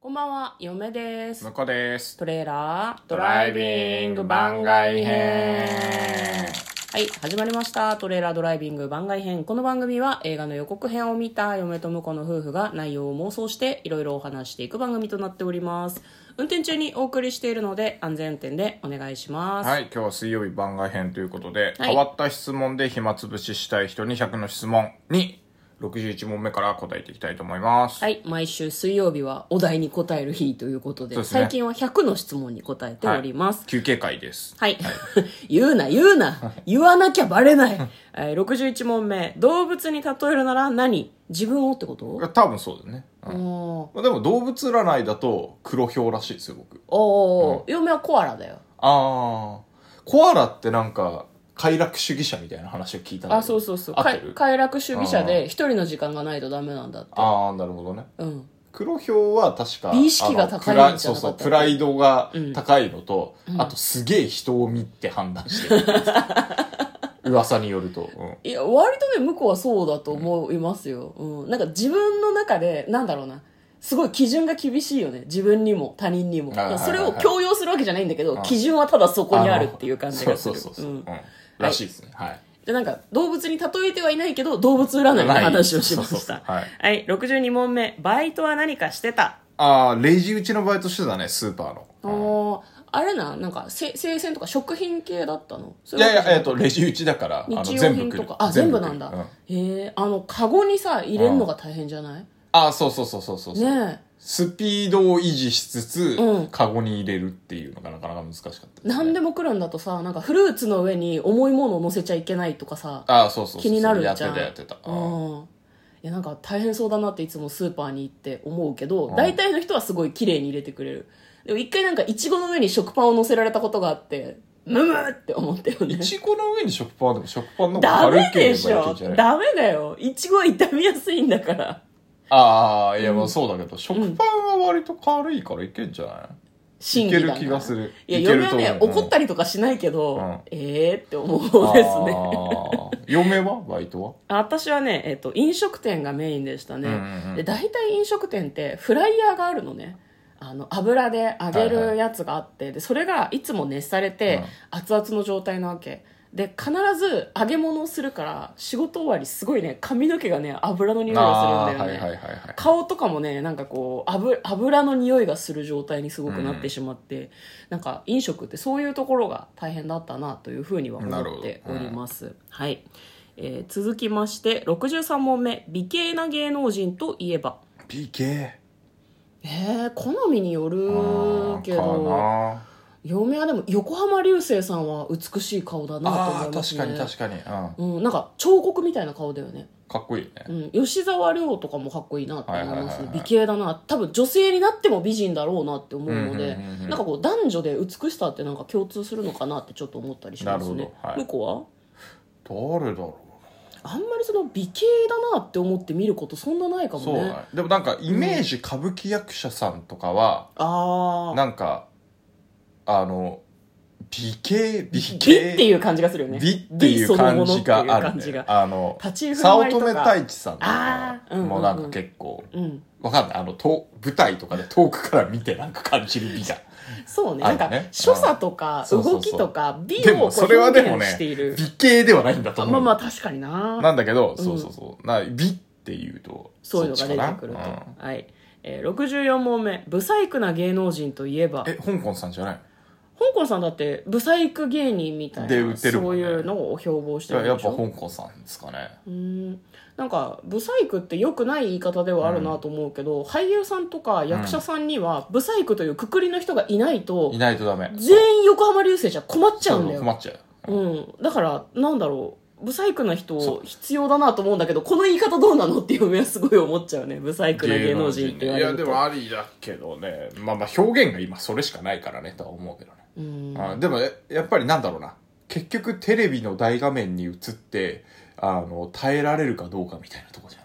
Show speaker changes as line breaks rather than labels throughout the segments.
こんばんは、嫁です
向。こうです。
トレーラード
ドライビング番外編
はい、始まりました。トレーラードライビング番外編。この番組は映画の予告編を見た嫁と婿の夫婦が内容を妄想していろいろお話していく番組となっております。運転中にお送りしているので安全運転でお願いします。
はい、今日は水曜日番外編ということで、
はい
変わった質問で暇つぶししたい人に100の質問に、61問目から答えていきたいと思います。
はい、毎週水曜日はお題に答える日ということで、
そうですね
最近は100の質問に答えております。
休憩会です。
はい。 言うな、言うな。言わなきゃバレない。えー61問目。動物に例えるなら何自分をってこと
多分そうだね。うん
お
まあでも動物占いだと黒豹らしいですよ、僕。
おー、嫁はコアラだよ。
あー。コアラってなんか、快楽主義者みたいな話を聞いたんだけど
あ、そうそうそう。
合っ
か
て
い
る
快楽主義者で、一人の時間がないとダメなんだって。
あー、なるほどね。
うん。
黒豹は確か
美意識が高いんじゃなかったっけ
あのプライそうそうプライドが高いのと、あとすげえ人を見って判断して る噂によると、うん
いや、割とね、向こうはそうだと思いますよ。うん。なんか自分の中で、なんだろうな。すごい基準が厳しいよね。自分にも他人にも。
あーはいはいはい
それを強要するわけじゃないんだけど、
うん
基準はただそこにあるっていう感じがする。
あのそうそうそうそう、
う
うんんらしいですねはい、
じゃあなんか動物に例えてはいないけど動物占いの話をしま
そう
し
そう
た
そうはい
はい、62問目バイトは何かしてた
ああレジ打ちのバイトしてたねスーパーの、
あ
うん
ーあれななんかせ生鮮とか食品系だったのそ
いやいや、えっ
と
と、レジ打ちだから、あの、
日用
全部
品
来
と
る
か。あ全部なんだ、
来るうん
へえあのカゴにさ入れるのが大変じゃない、
ああ、そうそうそうそうそうそう。
ね
スピードを維持しつつ、
うん
カゴに入れるっていうのがなかなか難しかったですね、
え何でも来るんだとさなんかフルーツの上に重いものを乗せちゃいけないとかさ
ああ、そうそうそうそ
気
う。
になるじゃん
やってたやってた。うん
うんいやなんか大変そうだなっていつもスーパーに行って思うけど、
うん
大体の人はすごい綺麗に入れてくれるでも一回なんかいちごの上に食パンを乗せられたことがあってむむって思ったよね
いちごの上に食パンでも食パンの
ダ
方
メ
が軽けれ
で
ばい
し
け
ょ
んじゃない
ダメだよいちごは傷みやすいんだから
ああ、いや、まあそうだけど、食パンは割と軽いからいけんじゃない、
真
い
偽だ
ける
な
気がする。
いや
け
嫁
る
は
と思う
ね怒ったりとかしないけど、
うん
ええって思うですね
ね。嫁はバイトは
あ私はね、えっと飲食店がメインでした ね、
うんうんうん
で大体飲食店ってフライヤーがあるのねあの油で揚げるやつがあって、でそれがいつも熱されて、熱々の状態なわけで必ず揚げ物をするから仕事終わりすごいね髪の毛がね油の匂いがす
ああ
るん
ー、
だよね、
はいはいはいはい。
顔とかもねなんかこう油油の匂いがする状態にすごくなってしまって、なんか飲食ってそういうところが大変だったなというふうには思っております、はい、えー続きまして63問目美形な芸能人といえば
PK。
えー、好みによる
うん
け
か
ど
な
嫁はでも横浜流星さんは美しい顔だなと
あ
思
あ、
います
確
ね
かに確かに。うん。か
うん、なんか彫刻みたいな顔だよね
っこいいね。
うん、吉沢亮とかもかっこいいなって思います
はいはいはい
ね
はい
美形だな多分女性になっても美人だろうなって思うので、
うんうんうんうん
なんかこう男女で美しさってなんか共通するのかなってちょっと思ったりします
な
ね
るほどはい
向こ
誰だろ
うはあんまりその美形だなって思って見ることそんなないか
う。
も
そう
ね
だね。でもなんか、イメージ歌舞伎役者さんとかは、
ああ
なんか、あの、美形、美形。
美っていう感じがするよね
美っていう感じがある、
美そのものっていう感じ
ね
が、
あの
立ち居振る
早
舞い
乙
とか
女太一さんと
あ
か
ーうんうんうん
もうなんか結構、
うん、
わかんないあのと舞台とかで遠くから見てなんか感じる美が
そうねな
あ
ん
るね
か所作とか
そうそ
動
うそう
きとか美
で
をこ
も
う
それはでも
表現
ね
している
美形ではないんだと
あ
思う、
まあまあ確かにな
なんだけど、
うん
そうそうそうな美っていうと
そういうの
そ
が
っ
出
ちかな
てくると、はい、えー、64問目ブサイクな芸能人といえば
うんえ香港さんじゃない
香港さんだってブサイク芸人みたい
で
な、
売ってる
そ
も
うんい
ね
うのを標榜して
じゃ
るん
あやっ
で
ぱ
しょ
香港さんですかね
うーんなんかブサイクって良くない言い方ではあるなと思うけど、俳優さんとか役者さんにはブサイクというくくりの人がいないと
いないとダメ
全員横浜流星じゃ困っちゃうんだ
そう
よ
困っちゃう
うん、だからなんだろうブサイクな
そ
人必要だなと思うんだけどこの言い方どうなのっていう目はすごい思っちゃうねブサイクな芸能人って言わ
い
れ
や
ると
でもありだけどねまあまあ表現が今それしかないからねとは思うけどね、
うん
あでもえやっぱりなんだろうな結局テレビの大画面に映ってあの耐えられるかどうかみたいなとこじゃない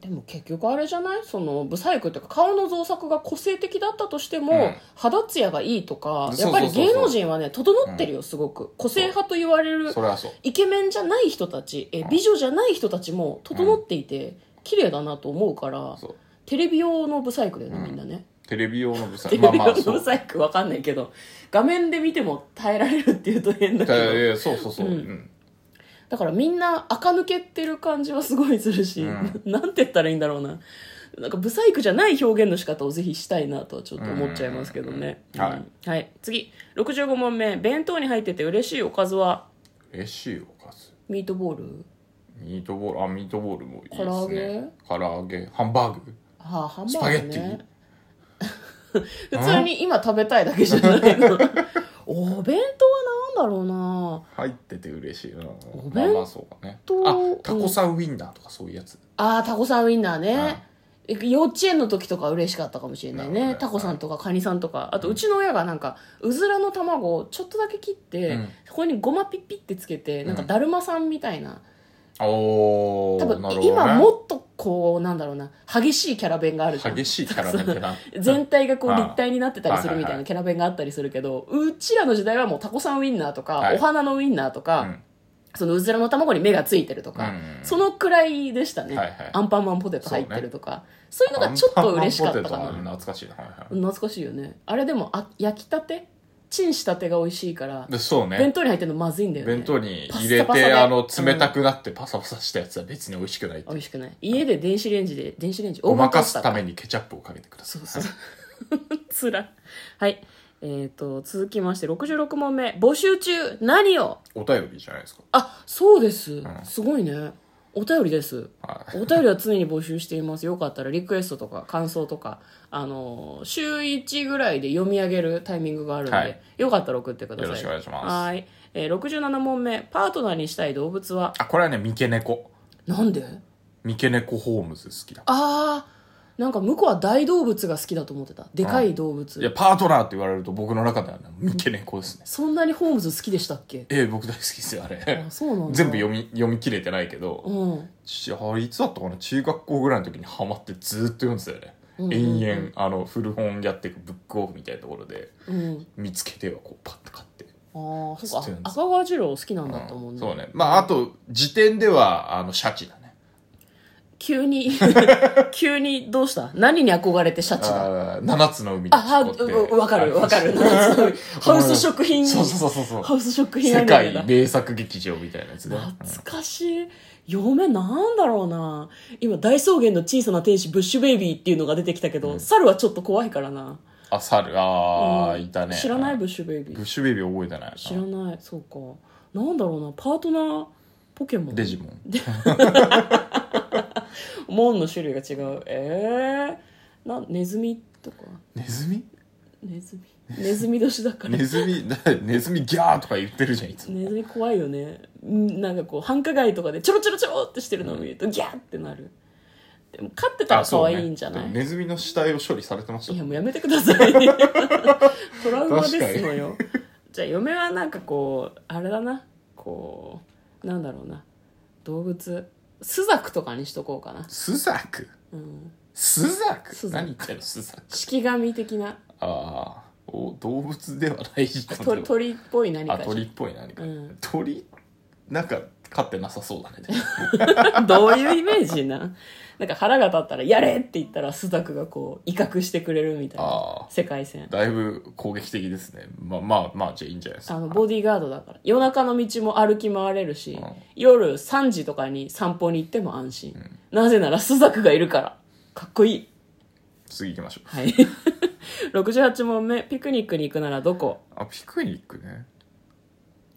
でも結局あれじゃないそのブサイクっていうか顔の造作が個性的だったとしても、
うん
肌ツヤがいいとかや
そ
っ
うそうそうそう
ぱり芸能人はね整ってるよすごく個性派と言われる
それはそう
イケメンじゃない人たちえ美女じゃない人たちも整っていて綺麗だなと思うから
そう
テレビ用のブサイクだよねみんなね
テレビ用のブサ
テ
イ
レ
ク。まあ
ビ
まあ、
の
そ
ブ
う。
サイクわかんないけど、画面で見ても耐えられるっていうと変だけ
いやい
ど、
やそうそうそう。
う
うんん。
だからみんな垢抜けてる感じはすごいするし、
う
なん
ん
なんて言ったらいいんだろうな。なんかブサイクじゃない表現の仕方をぜひしたいなとはちょっと思っちゃいますけどね。
うんはい
い。はい。次、65問目。弁当に入ってて嬉しいおかずは、
嬉しいおかず。
ミートボール
ミートボール、あ、ミートボールもいいですね。唐揚げハンバーグ
はあ、ハン
ス
バ
パゲ
ー
ッ
グ
ティ
ね。 普通に今食べたいだけじゃない の。お弁当はなんだろうな
入ってて嬉しいな。
お弁
まあまあそうかね。
当
あ、タコさんウインナーとかそういうやつ。
ああ、タコさんウインナーね。幼稚園の時とか嬉しかったかもしれない
なるほ
ね。
ど
タコさんとかカニさんとか。あと、うちの親がなんか、うずらの卵をちょっとだけ切って、
うん
そこにごまピッピってつけて、なんか
うん
だるまさんみたいな。
おお。
多
なる
分、
ほどね
今もっとこう、なんだろうな、激しいキャラ弁があるじゃん。
激しいキャラメルってな。
全体がこう
ああ
立体になってたりするみた
はい
い
はいは
ないキャラ弁があったりするけど、うちらの時代はもうタコさんウインナーとか、
はい
お花のウインナーとか、
うん
そのうずらの卵に目がついてるとか、
うん
そのくらいでしたね、
はいはい
アンパンマンポテト入ってるとかそう,、いうのがちょっと嬉しかったか
アンパンマンポテト
な
は懐かしいな。はいは
懐かしいよねあれでもあ焼きたてチンしたてが美味しいから
い。、で、そうね。
弁当に入ってるのまずいんだよね
弁当に入れ
パッサパサ
て、
で
あの、冷たくなってパサパサしたやつは別に美味しくないって
美味しくない家で電子レンジで電子レンジ
ごまか
オ
す
ーブントースター
た
か
めにケチャップをかけてくだ
そ
さいう
そう。 つらい。はい。えっ、と、続きまして、66問目。募集中何を
お便りじゃないですか。
あ、そうです、
ん
すごいね。お便りです。
はい。
お便りは常に募集しています。よかったらリクエストとか感想とか、あのー週1ぐらいで読み上げるタイミングがあるので、
はい
よかったら送ってください。
よろしくお願いします
はい。えー、67問目。パートナーにしたい動物は
あ、これはね、三毛猫。
なんで
三毛猫ホームズ好きだ。
あー、なんか向こうは大動物が好きだと思ってた。でかい動物。
いや、パートナーって言われると僕の中ではね、三毛猫ですね。
そんなにホームズ好きでしたっけ
ええ、僕大好きですよ、あれ
あ。そうなんだ
全部読み、読み切れてないけど、
うん。
ちあいつだったかな中学校ぐらいの時にハマってずーっと読んでたよね。
うんうん
延々、あの、古本やっていくブックオフみたいなところで、
うん。
見つけてはこう、パッと買って。
ああ、そう
知ってる
か
ん。です
赤川次郎好きなんだと思う
うん
ね。
そうね。まあ、あと、時点では、あの、シャチだね。
急に、 急にどうした何に憧れてシャチだ
あー七つの海に
あ、は、
引っ込んで
ううわかるわ かる。ハウス食品。
そうそうそうそう
ハ
そう。
ウス食品ア
世
ニメ
界
だ。
名作劇場みたいなやつね。
懐かしい。嫁なんだろうな。今、大草原の小さな天使、ブッシュベイビーっていうのが出てきたけど、猿はちょっと怖いからな。
あ、猿、あ
う
ー、
ん
いたね。
知らない
ブ
ブッシュベイビ
ッ
ー。
シュベビー覚えてないな。
知らない。そうか。なんだろうな。パートナーポケモン。
デジモン。
モンの種類が違うええなネズミとか
ネズミ
ネズミネズミ年だから
ネズミ、なネズミギャーとか言ってるじゃん、いつも。
ネズミ怖いよねうんなんかこう繁華街とかでちょろちょろちょろってしてるのを見るとギャーってなるでも飼ってたら可愛いんじゃな
あ
い、
そうねでもネズミの死体を処理されてました
いや
よ。
もうやめてくださ いトラウマですのよじゃあ嫁はなんかこうあれだなこうなんだろうな動物スザクとかにしとこうかな、
スザク
うん、
スザク
スザク
何言ってるのスザク。
式神的な
ああ、お動物ではないじゃん。
鳥鳥っぽい何か
あ
じゃん
鳥っぽい何か、
うん
鳥なんか飼ってなさそう だね
どういうイメージなんなんか腹が立ったら「やれ!」って言ったらスザクがこう威嚇してくれるみたいな
あ
世界線
だいぶ攻撃的ですねまあまあまあじゃあいいんじゃないですか
あのボディーガードだから夜中の道も歩き回れるし、
うん
夜3時とかに散歩に行っても安心、なぜならスザクがいるからかっこいい
次行きましょう
はい 68問目ピクニックに行くならどこ
あピクニックね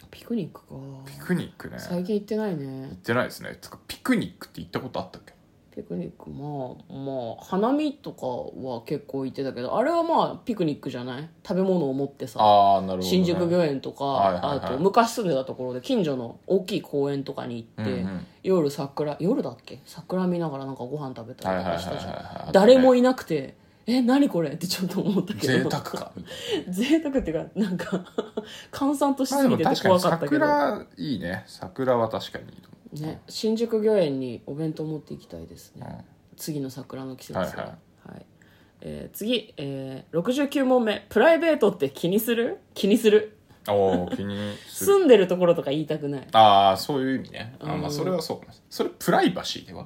ピクニックか
ピクニックね
最近行ってない
行
ね
ってないですねつうかピクニックって行ったことあったっけ
ピクニックまあまあ花見とかは結構行ってたけどあれはまあピクニックじゃない食べ物を持ってさ
ああなるほど、ね、
新宿御苑とか、
はいはいはい
あと昔住んでたところで近所の大きい公園とかに行って、
うんうん
夜桜夜だっけ桜見ながらなんかご飯食べた
は
り
いは
と
いは
か
い
したじゃん、
はいはい
誰もいなくて「え何これ?」ってちょっと思ったけど
贅沢かみたい
贅沢っていうかなんか 閑散とし
なまあ
す
で
ぎ
も
てて
確か
怖
に
かったけど、
桜いいね桜は確かにいいと思
ね、新宿御苑にお弁当持っていきたいですね、
うん
次の桜の季節は
はいいはい
えー次、えー、69問目プライベートって気にする気にする
うおー気にする
住んでるところとか言いたくない
ああそういう意味ねあ
うん
まあそれはそうかもしれないそれプライバシーでは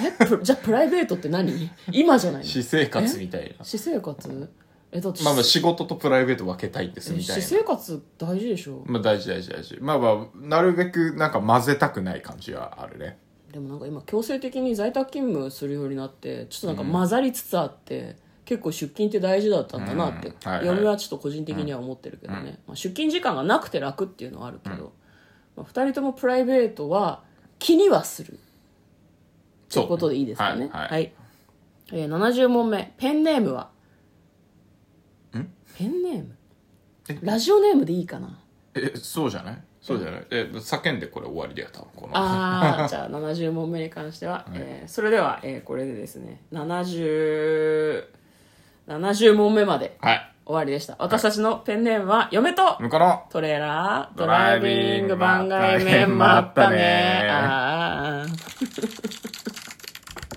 えプ じゃあプライベートって何今じゃ ないの
私生活みたいな
私生活えだって
まあまあ仕事とプライベート分けたいんです
え
みたい
私
な
生活大事でしょ
まあ大事大事大事まあまあなるべくなんか混ぜたくない感じはあるね
でもなんか今強制的に在宅勤務するようになってちょっとなんか混ざりつつあって、結構出勤って大事だったんだなって、
うんはいはい
嫁はちょっと個人的には思ってるけどね、まあ、出勤時間がなくて楽っていうのはあるけど、まあ、2人ともプライベートは気にはすると
そ
いうことでいいですかね
はい、はい
えー70問目ペンネームはペンネーム
え
ラジオネームでいいかな
えそうじゃないそうじゃないえ叫んでこれ終わりだよ多分この
ああじゃあ70問目に関しては、えーそれでは、えーこれでですね7070問目まで
はい
終わりでした私たちのペンネームは嫁と
向こうの
トレーラード
ド
ラ
ラ
イ
イ
ビ
ビ
ン
ン
グ
グ
番
番
外
外
編
編
ま
ま
っ
ったた
ね
ね
あー